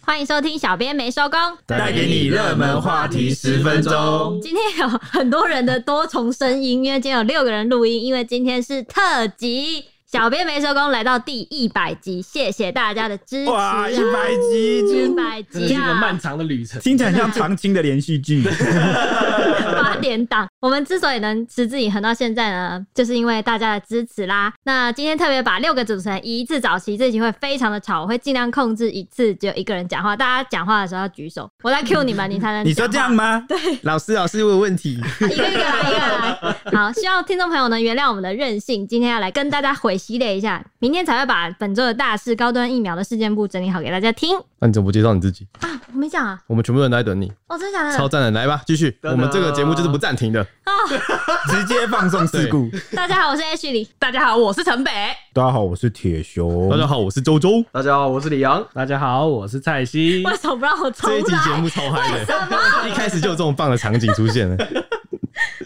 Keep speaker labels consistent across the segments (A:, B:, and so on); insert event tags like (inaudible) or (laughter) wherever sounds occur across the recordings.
A: 欢迎收听《小编没收工》。
B: 带给你热门话题十分钟。
A: 今天有很多人的多重声音，因为今天有六个人录音，因为今天是特辑。小编没收工，来到第一百集，谢谢大家的支持、
B: 哇，
A: 啊！
B: 一百集，
A: 一
B: 真
A: 百
C: 真的
A: 集
C: 是一个
A: 啊，
C: 漫长的旅程。
D: 听起来很像长青的连续剧，
A: 八点档。我们之所以能持之以恒到现在呢，就是因为大家的支持啦。那今天特别把六个主持人一次找齐，这集会非常的吵，我会尽量控制一次只有一个人讲话。大家讲话的时候要举手，我来 cue 你们，你才能。
D: 你说这样？吗？对，老师，老师问问题，
A: (laughs) 一个一个来，一个一个来。好，希望听众朋友能原谅我们的任性。今天要来跟大家回洗脸一下，明天才会把本周的大事高端疫苗的事件部整理好给大家听。
E: (laughs) 那你怎么不介绍你自己？
A: 啊，我没讲啊，
E: 我们全部人都在等你，
A: 哦，真的假
E: 超
A: 的？
E: 赞的，来吧，继续。
C: 噔
E: 我们这个节目就是不暂停的。
D: 直接放送事故。
A: 大家好，我是 H 李。
F: 大家好，我是陈北。
B: 大家好，我是铁
D: 哦
B: 熊
E: 大家好，我是周周。
G: 大家好，我是李阳。
C: 大家好，我是蔡西。
A: 为什么不让我重
E: (laughs) 这一集节
A: 来？
E: 目超嗨
A: 为
E: 的，
A: 什么？
E: 一开始就有这种棒的场景出现了。 (laughs)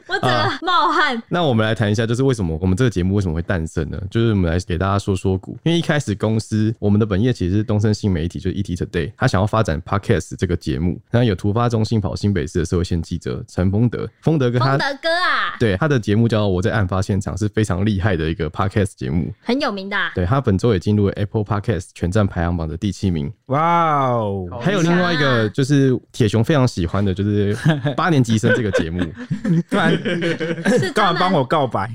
A: 我整个冒汗。
E: 那我们来谈一下，就是为什么我们这个节目为什么会诞生呢？就是我们来给大家说说股，因为一开始公司我们的本业其实是东森新媒体，就是 ET Today，他想要发展 Podcast 这个节目，然后有突发中心跑新北市的社会线记者陈丰德，丰德跟
A: 风
E: 他。
A: 德哥啊，
E: 对他的节目叫《我在案发现场》，是非常厉害的一个 podcast 节目。
A: 很有名的啊。
E: 对他本周也进入了 Apple Podcast 全站排行榜的第七名，
D: 哇哦，
E: 还有另外一
A: 好厉害啊
E: 个就是铁熊非常喜欢的，就是
D: (laughs)
E: 八年级生这个节目。
D: 突然
A: 是
D: 干
A: 专
D: 嘛帮
A: 门
D: 我告
E: (laughs)
D: 白？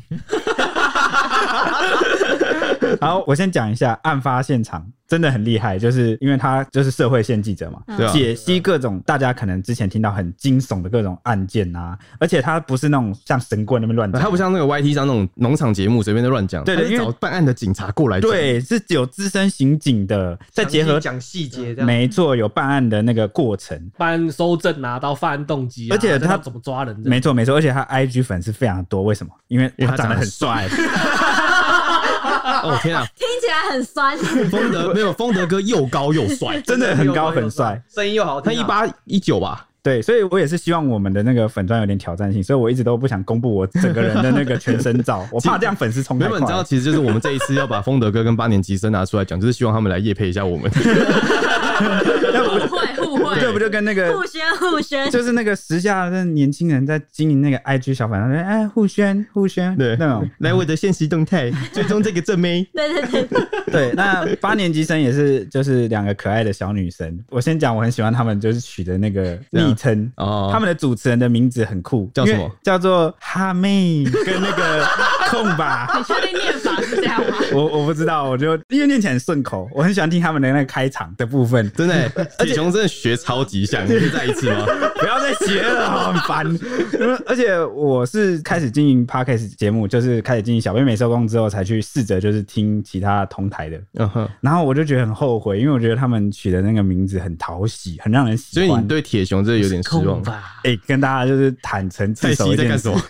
D: 好，我先讲一下案发现场，真的很厉害，就是因为他就是社会线记者嘛，
E: 对啊
D: 解析各种大家可能之前听到很惊悚的各种案件啊，而且他不是那种像神棍那边乱讲，
E: 他不像那个 YT 上那种农场节目随便在乱讲，
D: 对
E: 他
D: 对
E: 是
D: 因为
E: 找办案的警察过来讲。
D: 对，是有资深刑警的，再结合
G: 讲细节，这样
D: 没错有办案的那个过程，
C: 办收证拿到犯案动机啊、
D: 而且
C: 再
D: 他
C: 到怎么抓人这样，
D: 没错没错，而且他 IG 粉丝非常多，为什么？因为
E: 因为他
D: 长得
E: 长得
D: 很帅，
E: 哦天啊，
A: (laughs) 听起来很 (laughs) 酸，
D: (laughs)
E: 丰德没有丰德哥又高又帅，
D: 真的很高
C: (laughs)
D: 很帅。，
G: 声音又好听
E: 他
G: 啊。
E: 一八一九吧，
D: 对，所以我也是希望我们的那个粉砖有点挑战性，所以我一直都不想公布我整个人的那个全身照，我怕这样粉丝冲太
E: 原本你知道，
D: 快。
E: 其实就是我们这一次要把丰德哥跟八年级生拿出来讲，就是希望他们来夜配一下
D: (laughs)
E: 我们。
F: 互惠互惠，
D: 这不就跟那
A: (laughs)
D: 个
A: 互宣互宣。
D: 就是那个时下的年轻人在经营那个 IG 小粉团，哎，互宣互宣，
E: 对
D: 那
E: (laughs)
D: 种。
E: 来我的现实
D: (laughs)
E: 动态，追踪这个正妹。
A: 对对 (laughs) 对，
D: 对，那八年级生也是，就是两个可爱的小女生。我先讲，我很喜欢他们就是取的那个昵称
E: 哦
D: 他们的主持人的名字很酷，
E: 叫什么
D: 因为叫做哈
E: (laughs)
D: 妹跟那个空吧。
F: 你确定念法是这样
A: (laughs)
F: 吗？
D: 我我不知道，我就因为念起来很顺口，我很喜欢听他们的那个开场的部
E: (laughs)
D: 分。
E: 真
D: (laughs)
E: 的欸，铁熊真的学超级像，你可以再一次吗？
D: 不要再学了，好很烦。而且我是开始经营 podcast 节目，就是开始经营小妹妹收工之后，才去试着就是听其他同台的。
E: 嗯哼，
D: 然后我就觉得很后悔，因为我觉得他们取的那个名字很讨喜，很让人喜
E: 所
D: 欢。
E: 以你对铁熊真的有点失望
C: 空。吧？
D: 哎、跟大家就是坦诚
E: 蔡
D: 自首
E: 西
D: 一
E: 在
D: 件
E: 干
D: 事
E: 什。么？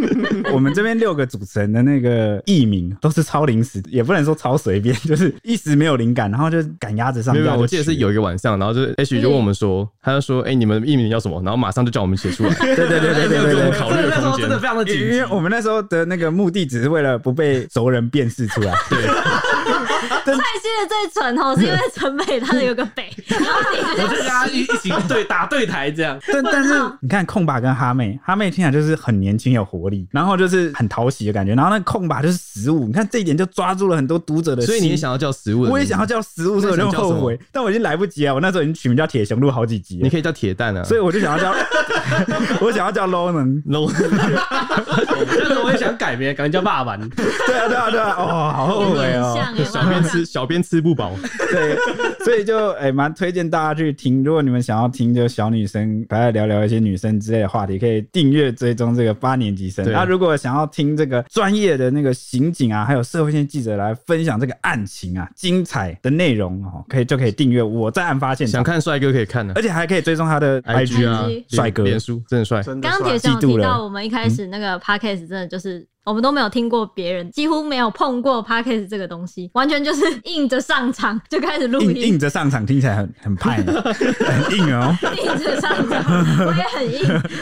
D: (laughs) 我们这边六个主持人的那个艺名都是超临时，也不能说超随便， (laughs) 就是一时没有灵感，然后就赶鸭子上
E: 没
D: 架就取
E: 有没
D: 了。
E: 有，我记得是有一个晚上，然后就是 H 就问我们说，他就说，哎，你们艺名叫什么？然后马上就叫我们写出来，
D: 对。对 (laughs) 对
E: (laughs)
D: 对对
E: 没
D: 对
E: 有给我
D: 对
E: 们考虑的
C: 那时
E: 空
C: 候
E: 间
C: 真。的非常的紧
D: 因为
C: 急。
D: 我们那时候的那个目的只是为了不被熟人辨识出来。 (laughs) 对，
A: 蔡西的最蠢哦，是因为陈北他的有个 (laughs) 北，然后你
C: 我就跟他一一起对打对台这样，
D: 但但是你看空吧跟哈妹，哈妹听起来就是很年轻有活力，然后就是很讨喜的感觉，然后那空吧就是食物，你看这一点就抓住了很多读者的心。
E: 所以你也想要叫食物？
D: 我也想要，叫食物，所以我就
E: 那你想叫什么
D: 后悔，但我已经来不及啊！我那时候已经取名叫铁熊路好几集了
E: 你，可以叫铁蛋啊。
D: (laughs) 所以我就想要叫，我想要叫 Lonan。
E: no，
C: 但是我也想改名，改名叫霸王。
D: 对啊，对啊，对啊，哦，好后
A: 有
D: 悔
A: 点
D: 哦。
A: 像哎，
E: (laughs) 小编
D: (laughs)
E: 吃小编吃不饱。
D: 对，所以就哎，蛮、推荐大家去听。如果你们想要听，就小女生，大家聊聊一些女生之类的话题，可以订阅追踪这个八年级生。
E: 对
D: 那如果想要听这个专业的那个刑警啊，还有社会线记者来分享这个案情啊，精彩的内容哦，可以就可以订阅我在案发现
E: 想
D: 场，
E: 看帅哥可以看呢
D: 而且还可以追踪他的 IG
E: 啊，
A: IG
D: 哎帅哥
E: 脸书真的帅。
G: 真的
A: 刚刚
G: 帅
A: 铁熊有
D: 嫉
A: 提
D: 妒
A: 到，
D: 了嗯
A: 我们一开始那个 podcast 真的就是我们都没有听过别人，几乎没有碰过 podcast 这个东西，完全就是硬着上场就开始录
D: 硬
A: 音，
D: 硬着上场，听起来很很派，
E: (laughs)
D: 很硬哦。
A: 硬着上场，
D: (laughs)
A: 我也很硬，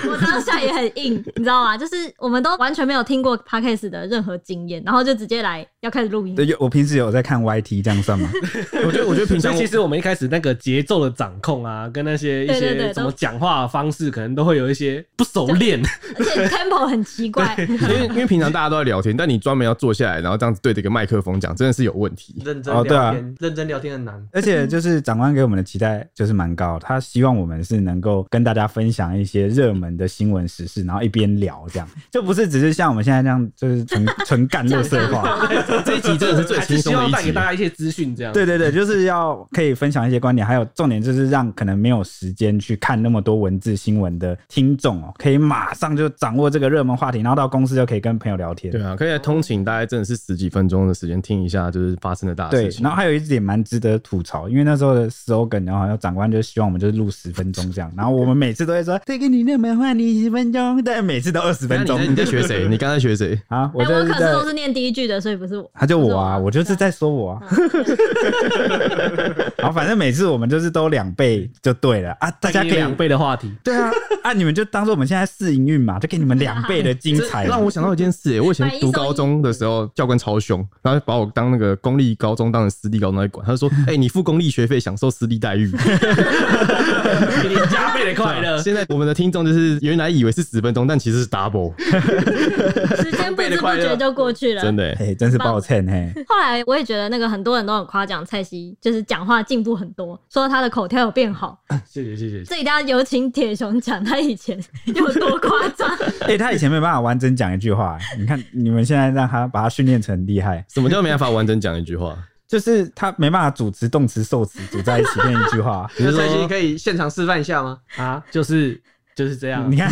A: 我当下也很硬，你知道吗？就是我们都完全没有听过 podcast 的任何经验，然后就直接来要开始录音。
D: (laughs) 对，有我平时有在看 YT，这样算吗？
E: (laughs) 我觉得，我觉得平
C: 所
E: 常
C: 以其实我们一开始那个节奏的掌控啊，跟那些一
A: 对对对
C: 些
A: 都
C: 怎么讲话的方式，可能都会有一些不熟练。
A: 而且 tempo 很奇
D: (laughs)
A: 怪，
E: 因为因为平常大家都在聊天，但你专门要坐下来，然后这样子对着一个麦克风讲，真的是有问题。
B: 认真
D: 哦
B: 聊
D: 对啊
B: 天，认真聊天很难。。
D: 而且就是长官给我们的期待就是蛮高，他希望我们是能够跟大家分享一些热门的新闻时事，然后一边聊
E: (laughs)
D: 这样，就不是只是像我们现在这样，就是纯 (laughs) 纯干乐色
E: (laughs)
D: 话。
E: 这一集真的是最
C: 还
E: 轻
C: 是希
E: 松
C: 望
E: 的一
C: 带给
E: 集
C: 大。家一啊些资讯，这样
D: 对对对，就是要可以分享一些观点，还有重点就是让可能没有时间去看那么多文字新闻的听众哦，可以马上就掌握这个热门话题，然后到公司就可以跟朋友聊天。
E: 对啊，可以来通勤，大概真的是十几分钟的时间听一下，就是发生的大
D: 对
E: 事，情。
D: 然后还有一点蛮值得吐槽，因为那时候的 slogan，然后好像长官就希望我们就是录十分钟这样，然后我们每次都会说这个你热门话题十分钟，但每次都二十分钟
E: 那你在你在学谁？你刚才学谁？
D: 啊！
A: 哎、
D: 我就
A: 我可是
D: 在
A: 都是念第一句的，所以不是我。
D: 他就我啊，
A: 不
D: 我就是在说我 (laughs) 啊。然后反正每次我们就是都两倍就对了啊，
C: 大
D: 大
C: 家
D: 家可
C: 给
D: 以
C: 两倍的话 (laughs) 题。
D: (laughs) 对啊啊，你们就当做我们现在试营运嘛，就给你们两倍
E: (laughs)
D: 的精彩。
E: 让我想到一件事、欸，我以前
A: 买一送
E: 读高
A: 一
E: 中的时候，教官超凶，然后把我当那个公立高中当成私立高中在管。他就 (laughs) 说：“哎、你付公立学费，享受私立待 (laughs) 遇。
C: 给你加倍的快 (laughs) 乐”
E: (laughs) 现在我们的听众就是原来以为是十分钟，但其实是 double，
A: 时间不知不觉就过去了。
E: 真 (laughs) 的、欸。
D: (laughs) 嘿，真是抱歉 (laughs) 嘿，
A: 后来我也觉得那个很多人都很夸奖蔡西，就是讲话进步很多，说他的口条有变好。
C: 啊谢谢谢谢。
A: 这一定要有请铁熊讲他以前有多夸张。
D: (laughs) 哎，他以前没办法完整讲一句话，你看你们现在让他把他训练成厉害。
E: 什么叫没办法完整讲一句话？
D: 就是他没办法主词、动词、受词组在一起变一句
A: (laughs)
D: 话
B: 那
E: 是说
B: 最近可以现场示范一下吗？
C: 啊，就是就是这样
D: 你。看，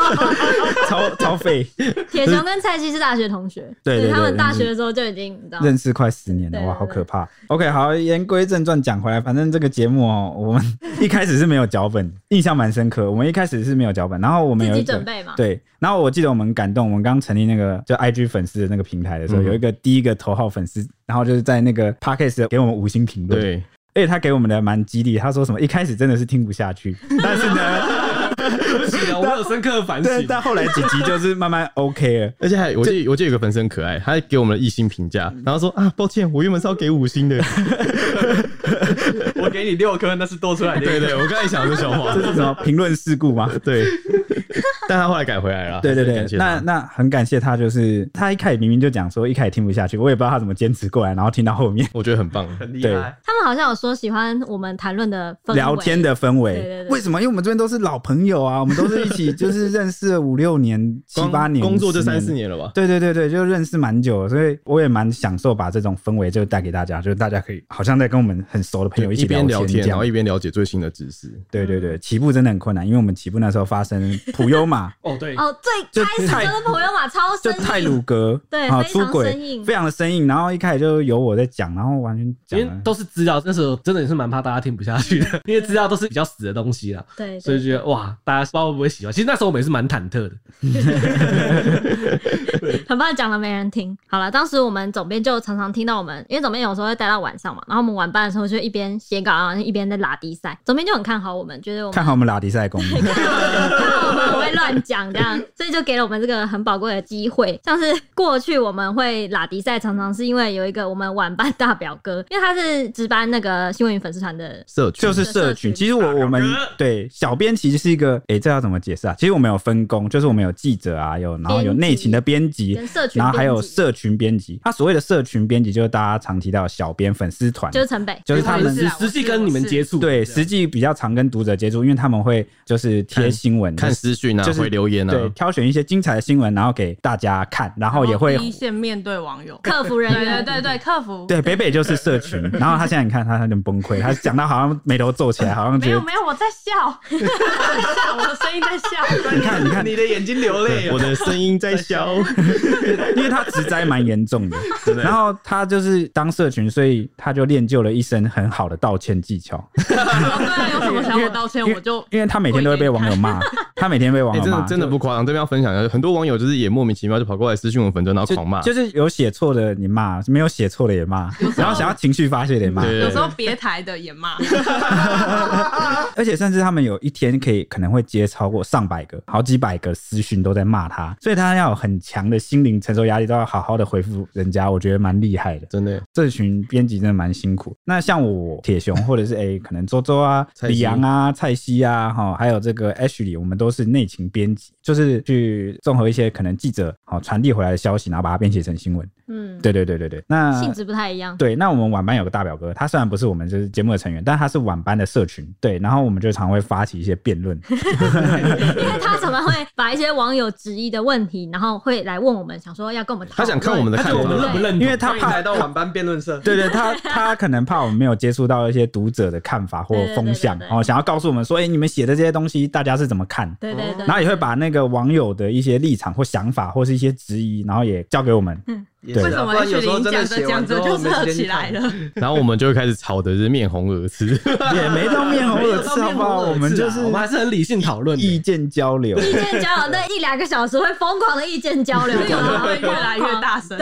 D: (laughs) 超超废，
A: 铁熊跟蔡西是大学同学，
D: 对
A: 所
D: 对对
A: 以他们大学的时候就已经你知道。
D: 认识快十年了，
A: 对
D: 哇，
A: 对
D: 好可怕。OK，好，言归正传，讲回来，反正这个节目哦， (laughs) 我们一开始是没有脚本，印象蛮深刻。我们一开始是没有脚本，然后我们有
A: 自
D: 一
A: 己
D: 个
A: 准备嘛
D: 对，然后我记得我们很感动，我们刚成立那个就 IG 粉丝的那个平台的时候，
E: 嗯
D: 有一个第一个头号粉丝，然后就是在那个 Podcast 给我们五星评论，
E: (laughs) 对，
D: 而且他给我们的蛮激励，他说什么一开始真的是听不下去，但是呢。
C: (laughs) 是啊，我有深刻反
D: 但
C: 省。
D: 但后来几集就是慢 (laughs) 慢 OK 了。
E: 而且还我记得我记得有个粉丝很可爱，他还给我们的一星评价，然后说啊，抱歉，我原本是要给五星的。
B: 我给你六颗，那是多出来的。
E: (laughs) 对对，我刚才想这笑话
D: 这，是什么评论事故吗？
E: (laughs) 对，但他后来改回来了。
D: 对对对
E: 感谢，他
D: 那那很感谢他，就是他一开始明明就讲说一开始听不下去，我也不知道他怎么坚持过来，然后听到后面
E: 我觉得很棒。
B: 很厉害。
A: 他们好像有说喜欢我们谈论的氛围
D: 聊天，的氛围，
A: 对对对
D: 为什么？因为我们这边都是老朋友啊，我们都是一起就是认识了五六年、七
E: 光
D: 八年，
E: (laughs) 工作就三
D: 10。
E: 四年了吧？
D: 对对对对，就认识蛮久了，所以我也蛮享受把这种氛围就带给大家，就是大家可以好像在跟我们很熟的朋友起
E: 一边
D: 聊
E: 聊天，
D: 这
E: 然后
D: 样
E: 一。边了解最新的知识。
D: 对对对，起步真的很困难，因为我们起步那时候发生 (laughs) 普悠玛，
C: 哦，对，
A: 哦，最开始
D: 就太
A: 跟朋友嘛超
D: 就
A: 生硬，
D: 泰鲁格
A: 对
D: 啊
A: 非常
D: 出轨
A: 生硬
D: 非常的生硬，然后一开始就由我在讲，然后完全
C: 因
D: 讲
C: 为
D: 了。
C: 都是资料，那时候真的也是蛮怕大家听不下去的，因为资料都是比较死的东西啦，
A: 对，对
C: 所以就觉得哇，大家不知道会不会喜欢。其实那时候我们也是蛮忐忑的，
A: 很怕讲了没人听。好了，当时我们总编就常常听到我们，因为总编有时候会待到晚上嘛，然后我们晚班的时候就一边写稿，然后一边在拉低赛。总编就很看好我们，觉得我们
D: 看好我们拉迪赛功能，
A: 我们会乱讲这样，所以就给了我们这个很宝贵的机会。像是过去我们会拉迪赛，常常是因为有一个我们晚班大表哥，因为他是值班那个新闻云粉丝团的。
E: 社群
D: 就是社群。其实我我们对小编其实是一个，诶，这要怎么解释啊？其实我们有分工，就是我们有记者啊，有然后有
A: 编辑
D: 内勤的编辑
A: 跟社，群
D: 然后还有
A: 编辑
D: 社群编辑。他所谓的社群编辑，就是大家常提到的小编粉丝团，
A: 就是城北，
D: 就是他们
F: 是啊
C: 实际跟你们接触，
D: 对实际比较常跟读者接触，因为他们会就是贴
E: 啊看
D: 新闻，
E: 看私讯啊，
D: 就是
E: 会留言
D: 对
E: 啊。
D: 挑选一些精彩的新闻，然后给大家看，然后也会
F: 第一线面对网友。
A: 客服人
F: 对对
A: 员，
F: 对对，客服。
D: 对，北北就是社群，然后他现在你看他有点崩溃，他讲到好像眉头皱起来，好像
F: (laughs) 没
D: 觉
F: 有
D: 得
F: 没有，我在笑，我在笑，我的声音在笑。
D: 你看你
C: (laughs)
D: 看，
B: 你的眼睛流泪
E: 我的声音在消，
D: 因为他职灾蛮严重的，
E: 的
D: 然后他就是当社群，所以他就练就了一身很好的道歉技巧，
F: (laughs) 对，有什么想我道歉，
D: 因为
F: 我就
D: 因为他每天都会被网友骂，他每天天被网
E: 哎、
D: 友
E: 真的
D: 骂，
E: 真的不夸张，这边要分享一下，很多网友就是也莫名其妙就跑过来私讯我们粉砖，然后
D: 就
E: 狂骂，
D: 就是有写错的你骂，没有写错的也骂，然后想要情绪发泄的也骂，
E: 对
F: 有时候别台的也骂，
D: 而且甚至他们有一天可以可能会接超过上百个、好几百个私讯都在骂他，所以他要有很强的心灵承受压力，都要好好的回复人家，我觉得蛮厉害的。
E: 真的
D: 这群编辑真的蛮辛苦。那像我铁熊或者是哎、可能周周啊、
E: 蔡西
D: 李阳啊、蔡西啊，哈，还有这个 Ashley，我们都是内勤编辑，就是去综合一些可能记者好传递回来的消息，然后把它编写成新闻。
F: 嗯，
D: 对对对对对，那
A: 性质不太一样。
D: 对，那我们晚班有个大表哥，他虽然不是我们就是节目的成员，但他是晚班的社群。对，然后我们就常会发起一些辩论，
A: 因为他常常会把一些网友质疑的问题，然后会来问我们，想说要跟我们讨
E: 他
A: 论。
E: 想看我们的
C: 他
E: 看
C: 就我们
E: 法啊
C: 认不。认同？
D: (laughs) 因为他
B: 欢迎
D: 怕
B: 来，到晚班辩论社。
D: 对对，他他可能怕我们没有接触到一些读者的看法或
A: 对对对
D: 风向
A: 对，对
D: 哦，想要告诉我们说，哎，你们写的这些东西大家是怎么看？
A: 对对对，
D: 然后也会把那个网友的一些立场或想法或是一些质疑，然后也交给我
B: (laughs)
D: 们。
B: 也
D: 对
B: 是啊
F: 为什
B: 不
F: 么
B: 然
F: 徐
B: 有时候
F: 林
B: 真
F: 讲
B: 的
F: 着
B: 写
F: 讲
B: 完之
F: 着
B: 后
F: 就
B: 没时
F: 热
B: 间
F: 起来
B: 看
F: 了？
E: 然后我们就会开始吵得是面红耳赤，
D: 也没到面红耳赤，
C: 没有
D: 好不好？
C: 面红耳赤啊
D: 我们就是
C: 我们还是很理性讨论
D: 意
C: 的。
D: 见交
B: (laughs)
D: 流。
A: 意见交流那一两个小时会疯狂的意见交流，
F: 有时候会
A: 对
F: 越来越大声，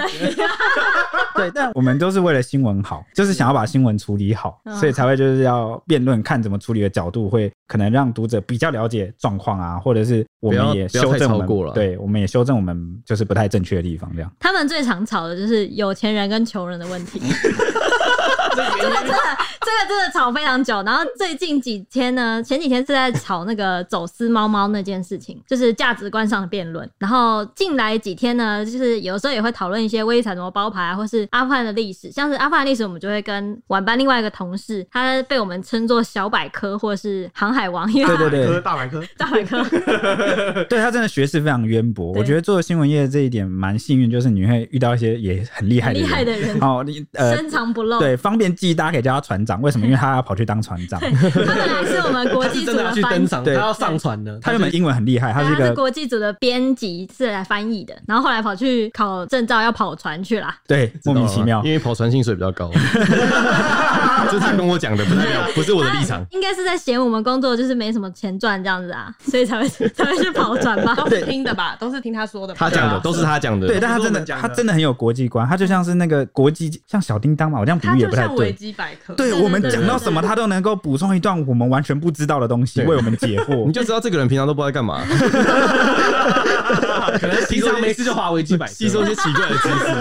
D: 对，但我们都是为了新闻好，就是想要把新闻处理好，
A: 嗯
D: 所以才会就是要辩论，看怎么处理的角度会可能让读者比较了解状况啊，或者是我
E: 不要
D: 们也修
E: 不要太
D: 正我
E: 超过
D: 们，
E: 了
D: 对，我们也修正我们就是不太正确的地方，这
A: (laughs)
D: 样。
A: 他们最常吵的就是有钱人跟穷人的问题。这个真的，这个真的吵非常久。然后最近几天呢，前几天是在吵那个走私猫猫那件事情，就是价值观上的辩论。然后近来几天呢，就是有时候也会讨论一些威产什么包牌啊，或是阿富汗的历史。像是阿富汗历史，我们就会跟晚班另外一个同事，他被我们称作小百科或是航海王，因为
D: 对
A: 他
D: 对
B: 百科
D: 对，
B: 大百科，
A: 大百科。
D: 对他真的学识非常渊博，
A: 对
D: 我觉得做新闻业这一点蛮幸运，就是你会遇到一些也很厉害的
A: 很厉害的人
D: 哦，你呃。
A: 深藏不露，
D: 对，方便记忆，大家可以叫他船长。为什么？因为他要跑去当船
A: (laughs)
D: 长。
A: 他本来是我们国
C: 他
A: 际
C: 是
A: 组
C: 真的要去
A: 翻
C: 登场，他
D: 对
C: 要上船了。
D: 他
C: 就
D: 原本英文很厉害，他是一
A: 对
D: 个
A: 国际组的编辑，是来翻译的，然后后来跑去考证照，要跑船去啦。
D: 对莫名其妙
E: 因。为跑船薪水比较高，这是他跟我讲的，不代表不是我的立场。
A: 应该是在嫌我们工作就是没什么钱赚这样子啊， (laughs) 所以才会才会去跑船吧。 (laughs)
F: 都是听的吧，都是听他说的吧。
E: 他讲的都是他讲的，
D: 对，但他
B: 不是
D: 真
B: 我
D: 的，
B: 们讲
D: 他
B: 的
D: 真的很有国际观，他就像是那个国际，像小叮当嘛，我这样比
F: 他
D: 喻也
F: 就
D: 不太
F: 像维
D: 对。
F: 基百科，
D: 对
A: 对
D: 我们
A: 对
D: 讲
A: 对
D: 到
A: 对
D: 什么，他都能够补充一段我们完全不知道的东西，
E: 对
D: 为我们解
E: 你
D: 惑。
E: 就知道这个人平常都不知道在干嘛，
C: 可能平常没事就画维基 (laughs) 百科，
E: 吸收一些奇怪的知识。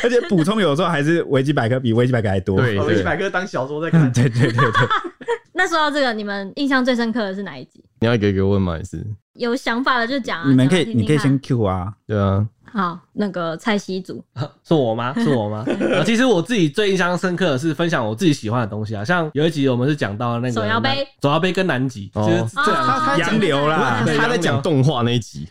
D: 对，而且补充有时候还是维基百科比维基百科还多。
E: 对
B: 我们一百科当小说在看
D: 嗯，。 (laughs) 对对对对，
A: 那说到这个，你们印象最深刻的是哪一集？
E: 你要一个一个问嘛，也是。
A: 有想法的就讲啊，
D: 你们
A: 讲
D: 可
A: 来
D: 以，
A: 听听
D: 你可以
A: 看
D: 先 Q 啊，
E: 对啊，
A: 好那个蔡西组，
C: 是我吗？是我吗？呃，其实我自己最印象深刻的是分享我自己喜欢的东西啊，像有一集我们是讲到那个
A: 手摇杯
C: 南、手摇杯跟南极，
E: 哦
C: 就是这两
A: 哦
C: 个
D: 洋流啦
C: 对。
E: 他在
C: 洋
E: 讲
C: 流
E: 动画那一 (laughs) 集，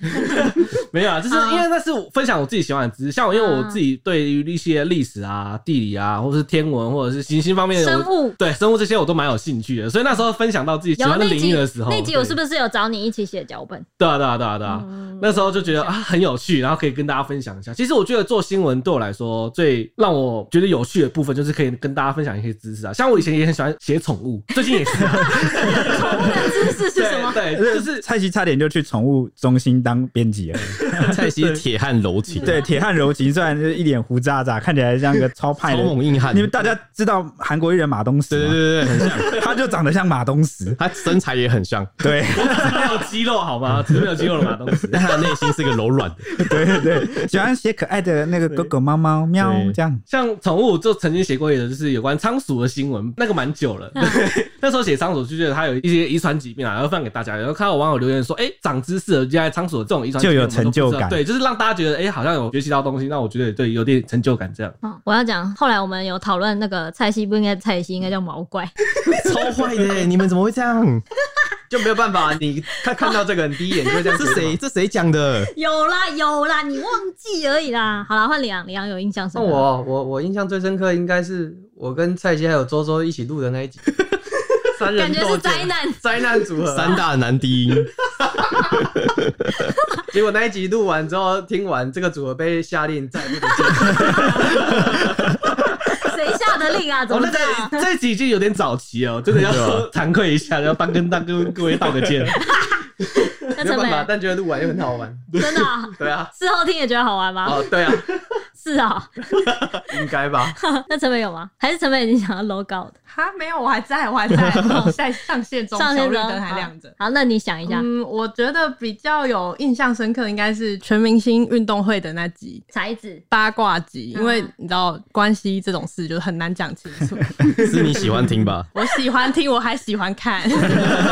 C: 没有啊，就是因为那是我分享我自己喜欢的知识，像我因为
A: 啊
C: 我自己对于一些历史啊、地理啊，或者是天文或者是行星方面的
A: 生物
C: 对生物这些我都蛮有兴趣的，所以那时候分享到自己喜
A: 有
C: 欢的
A: 那
C: 领
A: 集
C: 域的时候，
A: 那集我是
C: 对
A: 不是有找你一起写脚本？ (laughs)
C: 对啊，对啊，对啊，对啊。
A: 嗯
C: 那时候就觉得啊很有趣，然后可以跟大家分享一下。其实我觉得做新闻对我来说最让我觉得有趣的部分，就是可以跟大家分享一些知识啊。像我以前也很喜欢写宠物，
A: (laughs)
C: 最近也是、啊。
A: 知识是什么？
C: 对，对就是 (laughs)
D: 呃蔡徐差点就去宠物中心当编辑了。
E: 蔡西铁汉柔情，
D: (laughs)
E: 啊
D: 对，铁汉柔情虽然就是一脸胡渣渣，看起来像个超派的。
E: 超猛硬汉。
D: 你们大家知道韩国艺人马东
E: 对
D: 石
E: 对
D: 吗？
E: 对对，很像，
D: 他就长得像马东石。
E: 他身材也很像，
D: 对。
C: 没有肌肉好吗？
D: (laughs)
C: 只是没有肌肉的马东石。
E: 但 (laughs) 他的内心是个柔软的。
D: 对对对，喜欢写可爱的那个狗狗、猫猫、喵
E: 对
D: 这样。
C: 像宠物，就曾经写过一个就是有关仓鼠的新闻，那个蛮久了。
A: 嗯
C: 对， (laughs) 那时候写仓鼠就觉得它有一些遗传疾病啊，然后分享给大家。然后看到网友留言说：“哎、长知识了，原来仓鼠有这种遗传疾病
D: 就有
C: 我们都
D: 成就
C: 不知道
D: 感
C: 对，就是让大家觉得哎、好像有学习到东西。那我觉得对，有点成就感这样。
A: 嗯，我要讲，后来我们有讨论那个蔡西不应该蔡西，应该叫毛怪。
E: (laughs) 超坏的、欸你们怎么会这样？
B: 就没有办法，你看看到这个，你第一眼就会这样觉
E: 这
B: (laughs) 得吗。
E: 谁？这谁讲的？
A: 有啦有啦，你忘记而已啦。好啦，换李阳，李阳有印象深
B: 那
A: 刻。
B: 我我我印象最深刻应该是我跟蔡杰还有周周一起录的那一集， (laughs) 三人
A: 感觉
B: 斗
A: 是
B: 剑
A: 灾难，
B: (laughs) 灾难组合。
E: 三大男低音，
B: 结果那一集录完之后，听完这个组合被下令再不得
A: (laughs)
B: 见。
A: 谁下的令啊？怎
C: 哦，
A: 么
C: 那
A: 这样？
C: 哦
D: 啊
C: (laughs)
D: (laughs)
C: 个这一集已经有点早期了，真的要惭愧一下，要当跟当跟各位道个歉。
A: 那
B: 没有
A: 成
B: 办法，
A: 本
B: 但觉得录完又很好玩。
A: 真的啊、
B: 对啊，
A: 事后听也觉得好玩吗？
B: 哦，对啊，
A: 是啊、 (laughs)
B: 应该吧。
A: 那成本有吗？还是成本已经想要 logo 的？
F: 哈，没有，我还在，我还在，在上线中，
A: 上
F: 小
A: 线
F: 绿
A: 中
F: 灯还亮着。
A: 好，那你想一下，
F: 嗯，我觉得比较有印象深刻应该是全明星运动会的那集
A: 才子
F: 八卦集，
A: 嗯
F: 因为你知道关系这种事就是很难讲清 (laughs) 楚。
E: 是你喜欢听 (laughs) 吧？
F: 我喜欢听，我还喜欢 (laughs) 看，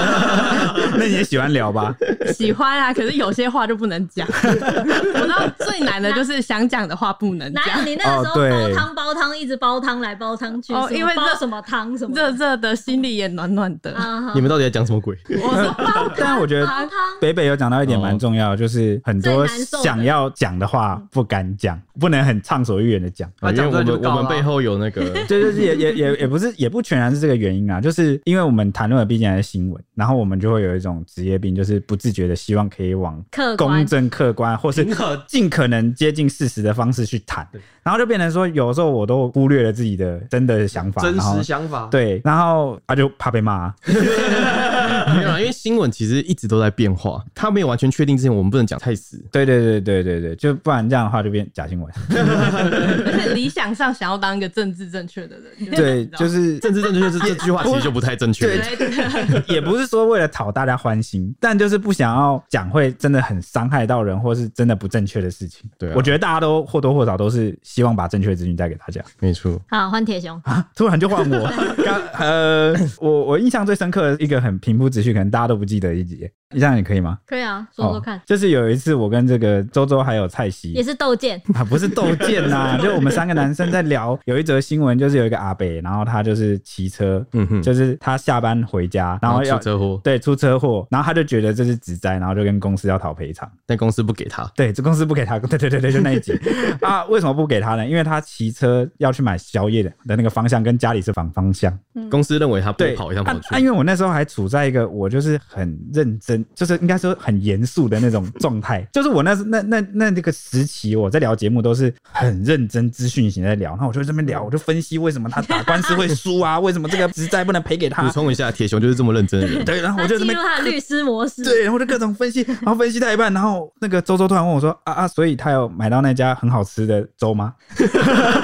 D: (laughs) 那你也喜欢
A: (laughs)
D: 聊吧？
F: 喜欢啊。可是有些话就不能 (laughs) 讲，我知道最难的就是想讲的话不能
A: 哪有
F: 讲。
A: 你那个时
D: 哦
A: 候
D: 对
A: 煲汤煲汤，一直煲汤来煲汤去，
F: 哦
A: 什么
F: 因为这
A: 煲什么汤什么
F: 热
A: 的
F: 热的心里也暖暖的。 (laughs)
A: 啊，好
E: 你们到底在讲什么鬼？
F: 我说包
D: 但我觉得
A: 煲汤
D: 北北有讲到一点蛮重要的，就是很多
A: 最难受的
D: 想要讲的话不敢讲，不能很畅所欲言的讲。，
B: 啊
E: 因为
B: 讲出
E: 我
B: 来就
E: 们
B: 告
E: 我
B: 了
E: 们背后有那 (laughs) 个
D: 对，就是也也 (laughs) 也也不是也不全然是这个原因啊，就是因为我们谈论的毕竟还是新闻，然后我们就会有一种职业病，就是不自觉的希望可以往
A: 客观
D: 公正、客观，或是
C: 平衡
D: 尽可能接近事实的方式去谈
C: 对，
D: 然后就变成说，有时候我都忽略了自己的真的想法，
B: 真
D: 然后
B: 实想法，
D: 对，然后他、啊、就怕被骂啊、
E: 没有啦，因为新闻其实一直都在变化，它没有完全确定之前，我们不能讲太死。
D: 对对对对对对，就不然这样的话就变假新闻。
F: 而且理想上想要当一个政治正确的
D: (laughs)
F: 人，
A: (laughs)
D: 对，就是
E: 政治正确这这句话其实就不太正确了。
D: 也不是说为了讨大家欢心， (laughs) 但就是不想要讲会真的很伤害到人，或是真的不正确的事情。
E: 对啊
D: 我觉得大家都或多或少都是希望把正确的资讯带给大 (laughs) 家。
E: 没错，
A: 好换铁熊，
D: 突然就换我，刚呃，我我印象最深刻的一个很平铺直叙，可能大家都不记得一集，这样也可以吗？
A: 可以啊，说说看，
D: 哦就是有一次我跟这个周周还有蔡西
A: 也是斗剑，
D: (laughs) 啊，不是斗剑
E: (laughs)
D: 呐，就我们三个男生在聊，有一则新闻，就是有一个阿北，然后他就是骑车，
E: 嗯哼，哦
D: 就是他下班回家，然后
E: 出
D: 要
E: 车祸，
D: 对出车祸，然后他就觉得这是职灾，然后就跟公司要讨赔偿。
E: 但公司不给他。
D: 对，这公司不给他， (laughs) 对对对对，就那一集啊，为什么不给他呢？因为他骑车要去买宵夜的的那个方向跟家里是反方向。
E: 公司认为他不
D: 对，
E: 跑一趟
D: 啊
E: 跑
D: 啊因
E: 去，
D: 为我那时候还处在一个我就是很认真，就是应该说很严肃的那种状态，就是我那时那那那那个时期，我在聊节目都是很认真资讯型在聊，那我就这边聊，我就分析为什么他打官司会输啊，为什么这个职灾不能赔给
E: 补
D: 他。
E: 充一下，铁熊就是这么认真的人。
D: 对，然后
A: 他
D: 我就这
A: 进
D: 边
A: 入他的律师模式，
D: 对，然后就各种分析，然后分析到一半，然后那个周周突然问我说：“啊啊，所以他有买到那家很好吃的粥吗？” (laughs)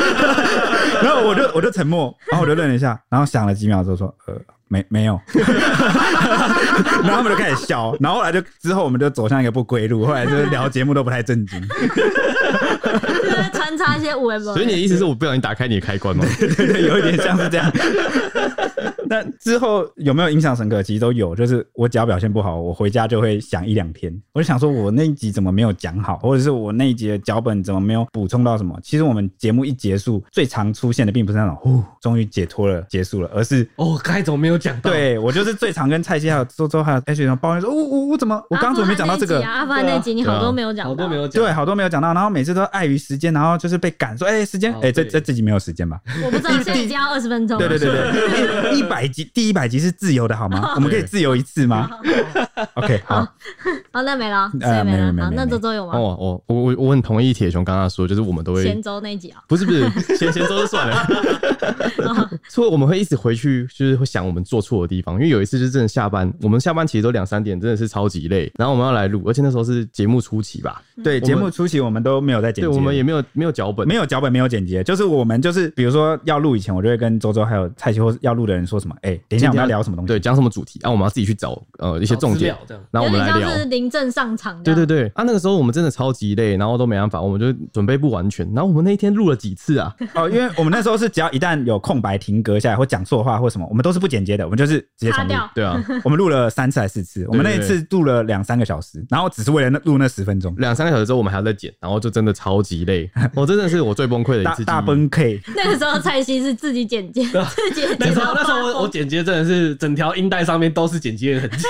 D: 然后我就我就沉默，然后我就愣了一下，然后想了几秒之后说：“呃，没没有。” (laughs) 然后他们就开始笑，然后后来就之后我们就走向一个不归路，后来就是聊节目都不太正经，
A: 就是在穿插一些文文
E: 所以，你的意思是我不小心打开你的开关吗？
D: (laughs) 对对，有一点像是 (laughs) 这样。那之后有没有印象深刻？其实都有，就是我只要表现不好，我回家就会想一两天。我就想说，我那一集怎么没有讲好，或者是我那一集的脚本怎么没有补充到什么？其实我们节目一结束，最常出现的并不是那种“呼，终于解脱了，结束了”，而是。
C: 哦，刚才怎么没有讲到？，
D: (laughs) 对我就是最常跟蔡西还有周周还有 H 上抱怨说，我我我怎么我刚刚怎么没讲到这个？
A: 阿富汗那集啊阿富汗那集你好多没有讲到，
C: 好多没有讲。
D: 对，啊好多没有讲到，然后每次都碍于时间，然后就是被赶说，哎、时间，
C: 哦
D: 哎、这
C: 对
D: 这这集没有时间吧？
A: 我不知道现在已经要二十分钟，
D: 对对对对，一一百集第一百集是自由的好吗？我们可以自由一次吗？OK，好， (laughs)
A: 好，那没了，
D: 呃
A: 所以没
D: 没没
A: 了。好，
D: 没
A: 那
D: 没
A: 周周有
E: 哦，
A: 吗？
E: 我我我我很同意铁熊刚刚说，就是我们都会
A: 前周那一集啊，
E: 不是不是，先先说就
A: (laughs)
E: 算了。
A: 哦
E: 所以我们会一直回去，就是会想我们做错的地方。因为有一次就是真的下班，我们下班其实都两三点，真的是超级累。然后我们要来录，而且那时候是节目初期吧，
D: 对，节目初期我们都没有在剪
E: 嗯对，
D: 辑，
E: 我们也没有没有脚本
D: 没。有脚本，没有剪辑，就是我们就是比如说要录以前，我就会跟周周还有蔡徐或是要录的人说什么，哎，等一下我们要聊什么东西？
E: 对，讲什么主题啊？我们要自己去找呃一些
C: 找
E: 重点
C: 资料这样，
E: 然后我
A: 有
E: 们
A: 点
E: 来
A: 像
E: 聊。
A: 是临阵上场这
E: 对
A: 样，
E: 对对，啊，那个时候我们真的超级累，然后都没办法，我们就准备不完全。然后我们那一天录了几次啊？
D: 哦，因为我们那时候是只要一旦有空白停格下来或讲错话或什么，我们都是不剪接的，我们就是直接
A: 擦
D: 重录。
A: 掉。
E: 对
A: (laughs)
E: 啊，
D: (laughs) 我们录了三次还是四次，我们那一次录了两三个小时，然后只是为了那录那十分钟，
E: 两三个小时之后我们还要再剪，然后就真的超级累。我、真的是我最崩溃的一
D: 大
E: 次
D: 大
E: 记忆
D: 崩溃。
A: 那个时候蔡西是自己剪接，哦自己
C: 那
A: 剪
C: 时候
A: 到
C: 那时候
A: 发
C: 我
A: 疯
C: 我剪接真的是整条音带上面都是剪接的痕
D: (laughs)
C: 迹。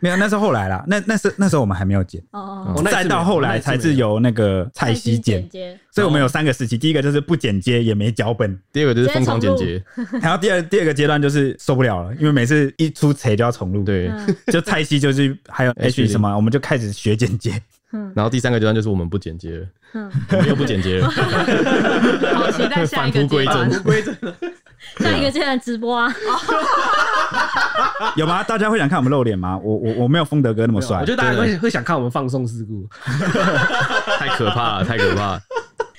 D: 没有，那是后来啦，那那是那时候我们还没有剪。
A: 哦，
C: 我那一次
D: 再到
C: 没有
D: 后来才是。由那个蔡西
A: 西
D: 剪
A: 剪，接，
D: 所以我们有三个时期，第一个就是不剪接也没脚本，
E: 第二个就是疯狂剪
A: 直接
E: 接，
D: 然后第二第二个阶段就是受不了了，因为每次一出贼就要重录，，
E: 对。
A: 嗯
D: 就蔡西就是
C: (laughs)
D: 还有
E: H
D: H 什么，我们就开始学剪接，
E: 然后第三个阶段就是我们不剪接了，
A: 嗯，
E: 我们又不剪接了，
F: 好期待下
E: 返
F: 一
E: 璞
F: 个阶
E: 归
F: 段
E: 真。
A: 下一个阶段直播啊，
D: 有吗？大家会想看我们露脸吗？我我我没有啊风德哥那么帅
C: 我觉，得大家会会想看我们放送事
D: (laughs)
C: 故，
E: 太可怕了，太可怕了。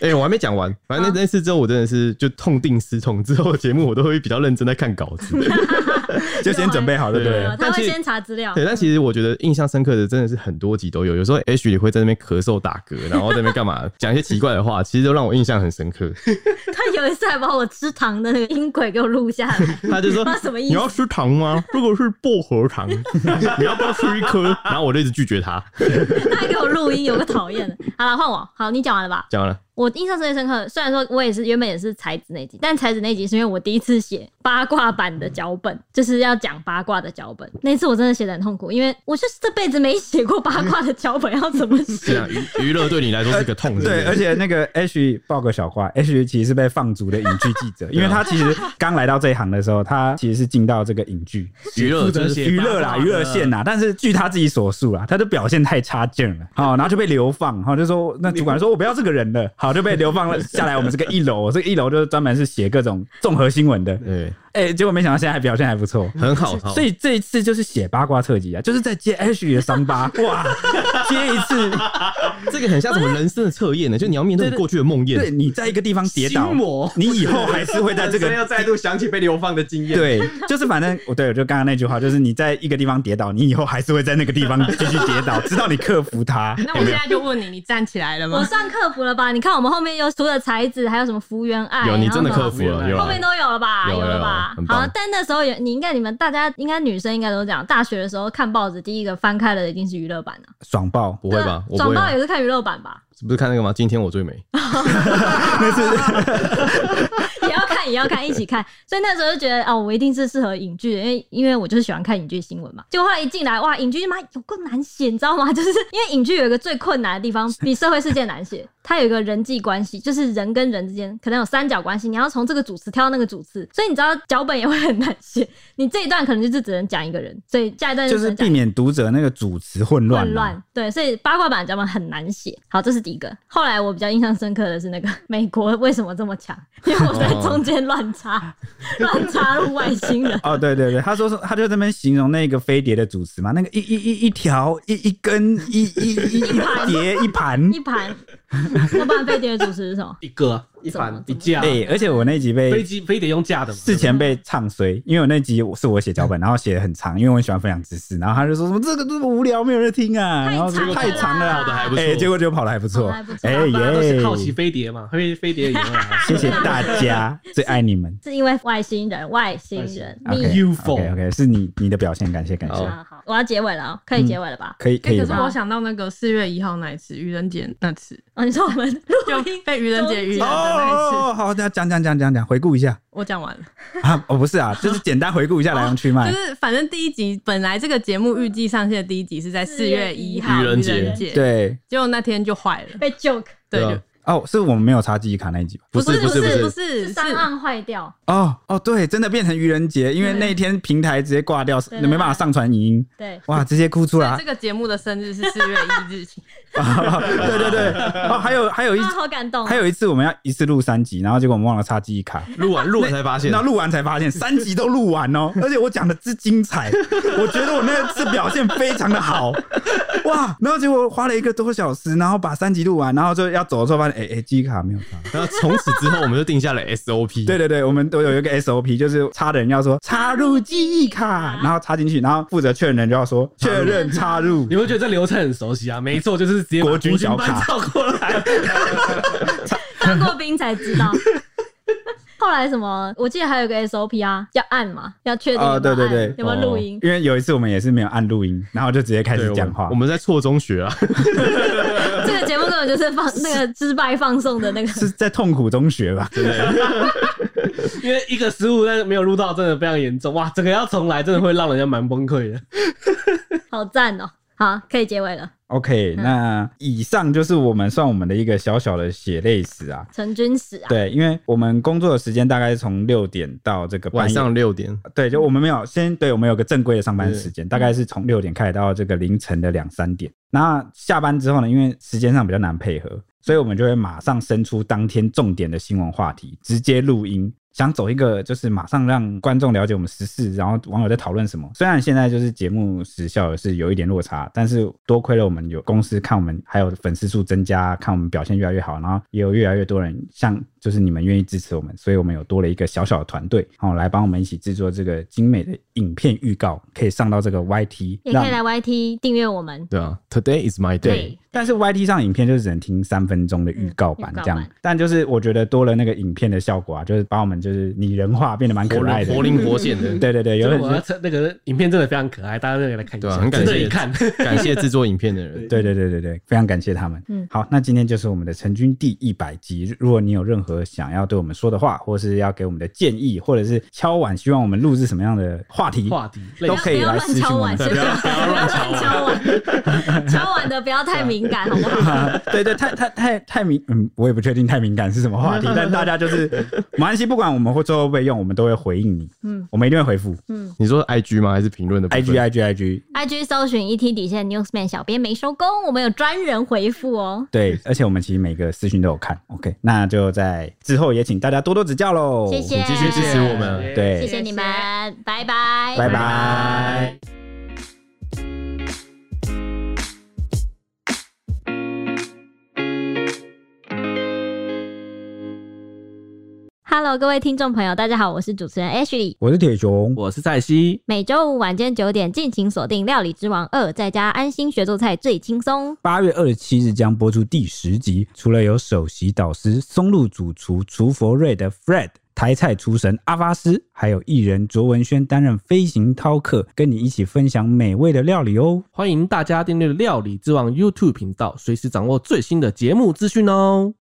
E: 哎、我还没讲完，反
A: 嗯
E: 正那那次之后，我真的是就痛定思痛，之后的节目我都会比较认真在看稿子。
C: 啊
D: 就先准备好，对不对啊
A: 呃
D: 了？
A: 他
E: 但
A: 会
E: 其实
A: 先查资料。
E: 对，但其实我觉得印象深刻的真的是很多集都有，有时候 H 也会在那边咳嗽打嗝，然后在那边干嘛讲一些奇怪的话，其实都让我印象很深 (laughs) 刻。
A: 他有一次还把我吃糖的那个音轨给我录下来，
E: 他 (laughs) 就说
A: 不知道什么意思
E: 你要吃糖 (laughs) 吗？这个是薄荷糖，你要不要吃一颗？然后我就一直拒绝他。
A: 他还给我录音，有个讨厌的。好了，换我。好，你讲完了吧？
E: 讲完了，
A: 我印象最深刻，虽然说我也是原本也是才子那集，但才子那集是因为我第一次写八卦版的脚本，就是要讲八卦的脚本。那次我真的写的很痛苦，因为我就是这辈子没写过八卦的脚本，要怎么
E: (laughs) 这
A: 写？
E: 样娱娱乐对你来说是个痛，是不
D: 对，
E: 是
D: 而且那个 H 爆个小话，H 其实是被放逐的影剧记
C: (laughs)
D: 者，因为
C: 啊
D: 他其实刚来到这一行的时候，他其实是进到这个影剧
E: 娱乐就是
C: 写
D: 娱乐
C: 八
D: 啦、
C: 卦
D: 娱乐线啦，但是据他自己所述啦，他的表现太差劲了，好，然后就被流放，哦好，就说那主管说我不要这个人了，好，就被流放了下来。我们这个一楼，这个一楼就是专门是写各种综合新闻的，
E: 对，
D: 哎，结果没想到现在还表现还不
C: 哦
D: 错。
E: 很好，好
D: 所以这一次就是写八卦特辑啊，就是在接 H 的
C: (laughs)
D: 伤疤，哇，接一次，
E: 这个很像什么人生的测验呢？就你要面对你过去的梦
D: 对
E: 魇。
D: 你在一个地方跌倒
C: 心，魔
D: 你以后还是会在这
C: (laughs)
B: 人生
D: 个
B: 要再度想起被流放的经验。，
D: 对，就是反正哦我对我就刚刚那句话，就是你在一个地方跌倒，你以后还是会在那个地方继续跌倒，直到你克服它。
F: 那我现在就问你，你站起来了
A: 我
F: 吗？
A: 算克服了吧？你看我们后面有除了才子，还有什么福原爱，
E: 有，你
A: 然后
E: 真的
A: 什么
E: 克服了，有
A: 后
E: 啊。
A: 面都有了吧？
E: 有有
A: 了吧
E: 有很？棒，
A: 好，但那时候有你应该你们大家应该女生应该都这样，大学的时候看报纸，第一个翻开的一定是娱乐版啊。
D: 爽爆
E: 不会
A: 对
E: 吧
A: 啊？
E: 我
A: 转
E: 不会吧 (laughs)
A: 报也是看娱乐版吧？
E: 不是看那个吗？今天我最美，
D: 那是
A: (laughs) 也要看，也要看，一起看。所以那时候就觉得，哦，我一定是适合影剧的，因为因为我就是喜欢看影剧新闻嘛。结果后来一进来，哇，影剧妈有够难写，你知道吗？ (laughs) 就是因为影剧有一个最困难的地方，比社会事件难写，它有一个人际关系，就是人跟人之间可能有三角关系，你要从这个主词跳到那个主词，所以你知道脚本也会很难写。你这一段可能就是只能讲一个人，所以下一段
D: 就
A: 只
D: 是
A: 能讲
D: 避免读者那个主词混乱
A: 混
D: 啊。
A: 乱，对，所以八卦版的脚本很难写。好，这是第一个。后来我比较印象深刻的是那个美国为什么这么强？因为我在
D: 哦
A: 中间乱插， (laughs) 乱插入外星人。
D: 哦，对对对，他说是，他就在那边形容那个飞碟的主词嘛，那个一一一一条一一根一一一一
A: 盘
D: 碟一
A: (laughs)
D: 盘
A: 一，盘，那不然飞碟的主持是什么？
C: 一个啊
B: 一盘
C: 一架
D: 哎，而且我那集被
C: 飞机非得用架的嘛，
D: 事前被唱衰，因为我那集我是我写脚本，然后写的很长，因为我很喜欢分享知识，然后他就说什么这个这么无聊，没有人听啊，
A: 太
D: (laughs) 然后
A: 长了
D: 说太长了
A: 跑得
E: 还
D: 啊，
E: 不错
D: 哎，结果就跑的还不错
A: 跑得还不，错
D: 哎
C: 大家都是好奇
D: 耶，
C: 飞碟嘛，因为飞碟有啊 (laughs)
D: 谢谢大家，最爱你
A: (laughs)
D: 们
A: 是因为外星人，外星人，
D: ，OK
A: 你
C: UFO
D: OK OK，是你你的表现，感谢感谢，
A: 啊，好，我要结尾了哦，可
D: 嗯
A: 以结尾了吧？
D: 可以可
F: 哎
D: 以
F: 可是
D: 吧？
F: 我想到那个四月一号那一次愚人节那次，
A: 哦，你说我们 (laughs) 录
F: (laughs) 就
A: 音
F: 被愚人节愚
A: 中
F: 人的
A: 间
F: 那一次，
D: 哦，好，那讲讲讲讲讲，回顾一下
F: 我讲完了。
D: 啊，哦不是
A: (laughs)
D: 啊，就是简单回顾一下来龙去
A: 哦
E: 哎
D: 脉
F: 就，是反正第一集本来这个节目预计上线的第一集是在四月一号
E: 愚人节
F: 节，，
D: 对，
F: 结果那天就坏了，
A: 被 joke，
F: 对，
E: 啊
F: 就
D: 哦，是我们没有插记忆卡那一集吧？
E: 不是
A: 不
E: 不
A: 是
E: 是不
A: 不是
E: 是
F: 不，是
A: 是
F: 是
A: 上岸坏掉，
D: 哦哦，对，真的变成愚人节，因为
A: 对
D: 那一天平台直接挂掉，
A: 对对
D: 没办法上传影音，
A: 对，
D: 哇，直接哭出来
F: 这。个节目的生日是四月
E: (laughs)
F: 一日起，
D: 对 (laughs) 对对，哦，还有还有一
A: 啊，好感动哦，
D: 还有一次我们要一次录三集，然后结果我们忘了插记忆卡，
E: 录完录完才发现
D: 然，后录完才发现三集都录完
E: (laughs)
D: 哦，而且我讲的之精彩，我觉得我那次表现非常的好，哇！然后结果花了一个多小时，然后把三集录完，然后就要走的时候发现，哎、哎、记忆卡没有插。
E: 然后从此之后我们就定下了 SOP。
D: 对对对，我们都有一个 SOP，就是插的人要说插入记忆
A: 啊
D: 卡，然后插进去，然后负责确认的人就要说确认插入
C: 你。会觉得这流程很熟悉啊？没错，就是直接把
D: 国军小
C: 搬
D: 卡
C: 照过来，
A: 当过兵才知道。 (laughs) 后来什么？我记得还有个 SOP 啊，要按嘛，要确定有没有按、啊
D: 哦对对对
A: 有没有录音。
D: 因为有一次我们也是没有按录音，然后就直接开
E: 对，
D: 始
E: 我
D: 讲话。
E: 我们在错中学啊，
D: 哦
A: 这个节目根本就是
D: (laughs)
A: 放那个失败放送的那个。
D: 是在痛苦中学吧？
C: 因为一个失误但是没有录到，真的非常严重哇！整个要重来，真的会让人家蛮崩溃的。
A: 好赞哦、好，可以结尾了。
D: OK，、
A: 嗯
D: 那以上就是我们算我们的一个小小的血泪史啊。
A: 陈君史啊，
D: 对，因为我们工作的时间大概是从六点到这个半夜
E: 晚上嗯六点，
D: 对，就我们没有先对我们有个正规的上班时间，大概是从六点开始到这个凌晨的两三点。那下班之后呢，因为时间上比较难配合，所以我们就会马上生出当天重点的新闻话题，直接录音。想走一个就是马上让观众了解我们时事，然后网友在讨论什么。虽然现在就是节目时效是有一点落差，但是多亏了我们有公司看我们，还有粉丝数增加，看我们表现越来越好，然后也有越来越多人像就是你们愿意支持我们，所以我们有多了一个小小的团队，哦，来帮我们一起制作这个精美的影片预告，可以上到这个 YT，
A: 也可以
D: 让
A: 来 YT 订阅我们。
E: 对啊，Today is my day。
A: 对，
D: 但是 YT 上影片就只能听三分钟的预告版
A: 嗯预告版
D: 这样，但就是我觉得多了那个影片的效果啊，就是把我们就是拟人化，变得蛮可
E: 活
D: 爱
E: 灵
D: 的，
E: 活
D: (laughs)
E: 灵活现的，
D: 对对对，有
C: 有
D: 很
C: 我要称那个影片真的非常可爱，大家都可以来看一
E: 对啊
C: 下，
E: 很感
C: 值得
E: 谢
C: 一看。 (laughs)
E: 感谢制作影片的人。
D: 对对对对对，非常感谢他们。
A: 嗯
D: 好，那今天就是我们的成军第一百集。如果你有任何想要对我们说的话，或是要给我们的建议，或者是敲碗希望我们录制什么样的话题，
C: 话题类
D: 都
A: 不
D: 可以
A: 要
D: 来
A: 乱
D: 私信
A: 敲
D: 我
A: 碗，。
D: 们
A: 是不是？不要乱敲 (laughs)
D: (laughs)
A: 碗，敲碗的不要太敏感，好不好？
D: 对对，太太太太敏，嗯，我也不确定太敏感是什么话题，但大
A: (laughs)
D: 家就是马安西，不管我们会最后会不会用，我们都会回应你，嗯
A: 嗯，
D: 我们一定会回复。
E: 你说 IG 吗？还是评论的部分
D: IG IG IG，
A: IG 嗯搜寻 ET 底线 Newsman 小编没收工，我们有专人回复哦。
D: 对，而且我们其实每个私讯都有看。OK，那就在之后也请大家多多指教喽，
A: 谢谢，
E: 继续支持我们啊
D: 对
A: 谢谢你们，拜拜，
D: 拜拜。
A: Hello，各位听众朋友，大家好，我是主持人 Ashley。
D: 我是铁熊，
C: 我是蔡西，
A: 每周五晚间九点，敬请锁定《料理之王二》，在家安心学做菜最轻松。
D: 八月二十七日将播出第十集。除了有首席导师松露主厨厨佛瑞的 Fred、台菜厨神阿发斯，还有艺人卓文萱担任飞行饕客，跟你一起分享美味的料理哦。
C: 欢迎大家订阅《料理之王》YouTube 频道，随时掌握最新的节目资讯哦。